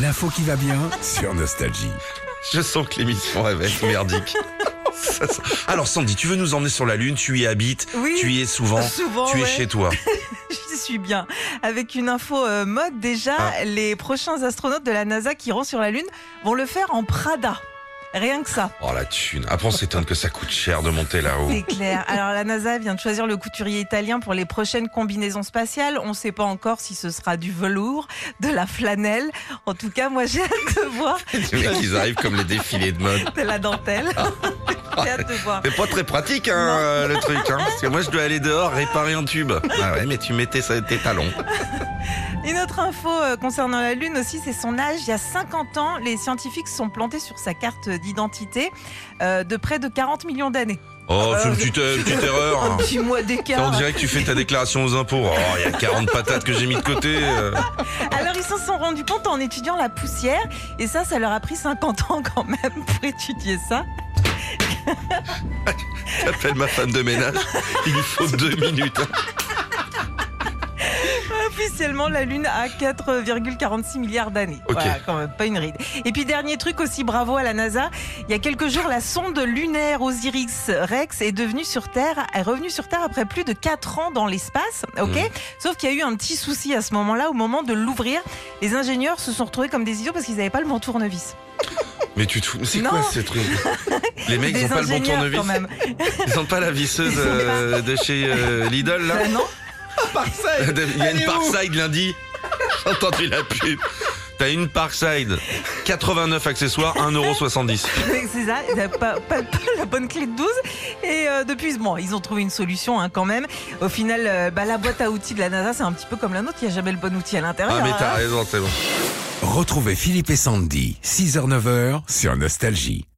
L'info qui va bien sur Nostalgie. Je sens que l'émission elle va être merdique. Ça sent- Alors Sandy, tu veux nous emmener sur la Lune, tu y habites, Oui. tu y es souvent, Souvent, tu es ouais. chez toi. Je suis bien. Avec une info euh, mode déjà, Ah. les prochains astronautes de la NASA qui iront sur la Lune vont le faire en Prada. Rien que ça, Oh la thune, après on s'étonne que ça coûte cher de monter là-haut. c'est clair. Alors la NASA vient de choisir le couturier italien pour les prochaines combinaisons spatiales. On ne sait pas encore si ce sera du velours, de la flanelle. En tout cas, moi j'ai hâte de voir Les mecs ils arrivent comme les défilés de mode. de la dentelle. j'ai hâte de voir. C'est pas très pratique hein, Non. euh, le truc, hein, parce que moi je dois aller dehors réparer un tube. Ah ouais, mais tu mettais tes, tes talons. Une autre info euh, concernant la Lune aussi, c'est son âge. Il y a 50 ans, les scientifiques se sont plantés sur sa carte d'identité euh, de près de 40 millions d'années. Oh, Ah, c'est une je- petite, une petite erreur. Un petit Oh, mois Ça, On d'écart. dirait que tu fais ta déclaration aux impôts. Oh, il y a 40 patates que j'ai mis de côté. euh. Alors ils s'en sont rendus compte en étudiant la poussière. Et ça, ça leur a pris 50 ans quand même pour étudier ça. J'appelle ma femme de ménage. Il lui faut deux minutes. Officiellement, la Lune a 4,46 milliards d'années. Ok. Voilà, quand même, pas une ride. Et puis, dernier truc aussi, bravo à la NASA. Il y a quelques jours, la sonde lunaire Osiris-Rex est devenue sur Terre, est revenue sur Terre après plus de 4 ans dans l'espace. Ok. Mhm. Sauf qu'il y a eu un petit souci à ce moment-là, au moment de l'ouvrir. Les ingénieurs se sont retrouvés comme des idiots parce qu'ils n'avaient pas le bon tournevis. Mais tu te fous. C'est Non. quoi ces trucs Les mecs, des ils ont pas le bon ingénieurs, tournevis. quand même. Ils ont pas la visseuse Ils ont euh, de chez euh, Lidl, là Bah non. Il y a une Parside lundi. J'ai entendu la pub. T'as une Parside. 89 accessoires, 1,70€. Oui, C'est ça, ils n'avaient pas, pas- pas la bonne clé de 12. Et euh, depuis, bon, ils ont trouvé une solution hein, quand même. Au final, euh, bah, la boîte à outils de la NASA, c'est un petit peu comme la nôtre, il n'y a jamais le bon outil à l'intérieur. Ah, mais t'as hein. raison, c'est bon. Retrouvez Philippe et Sandy, 6h-9h sur Nostalgie.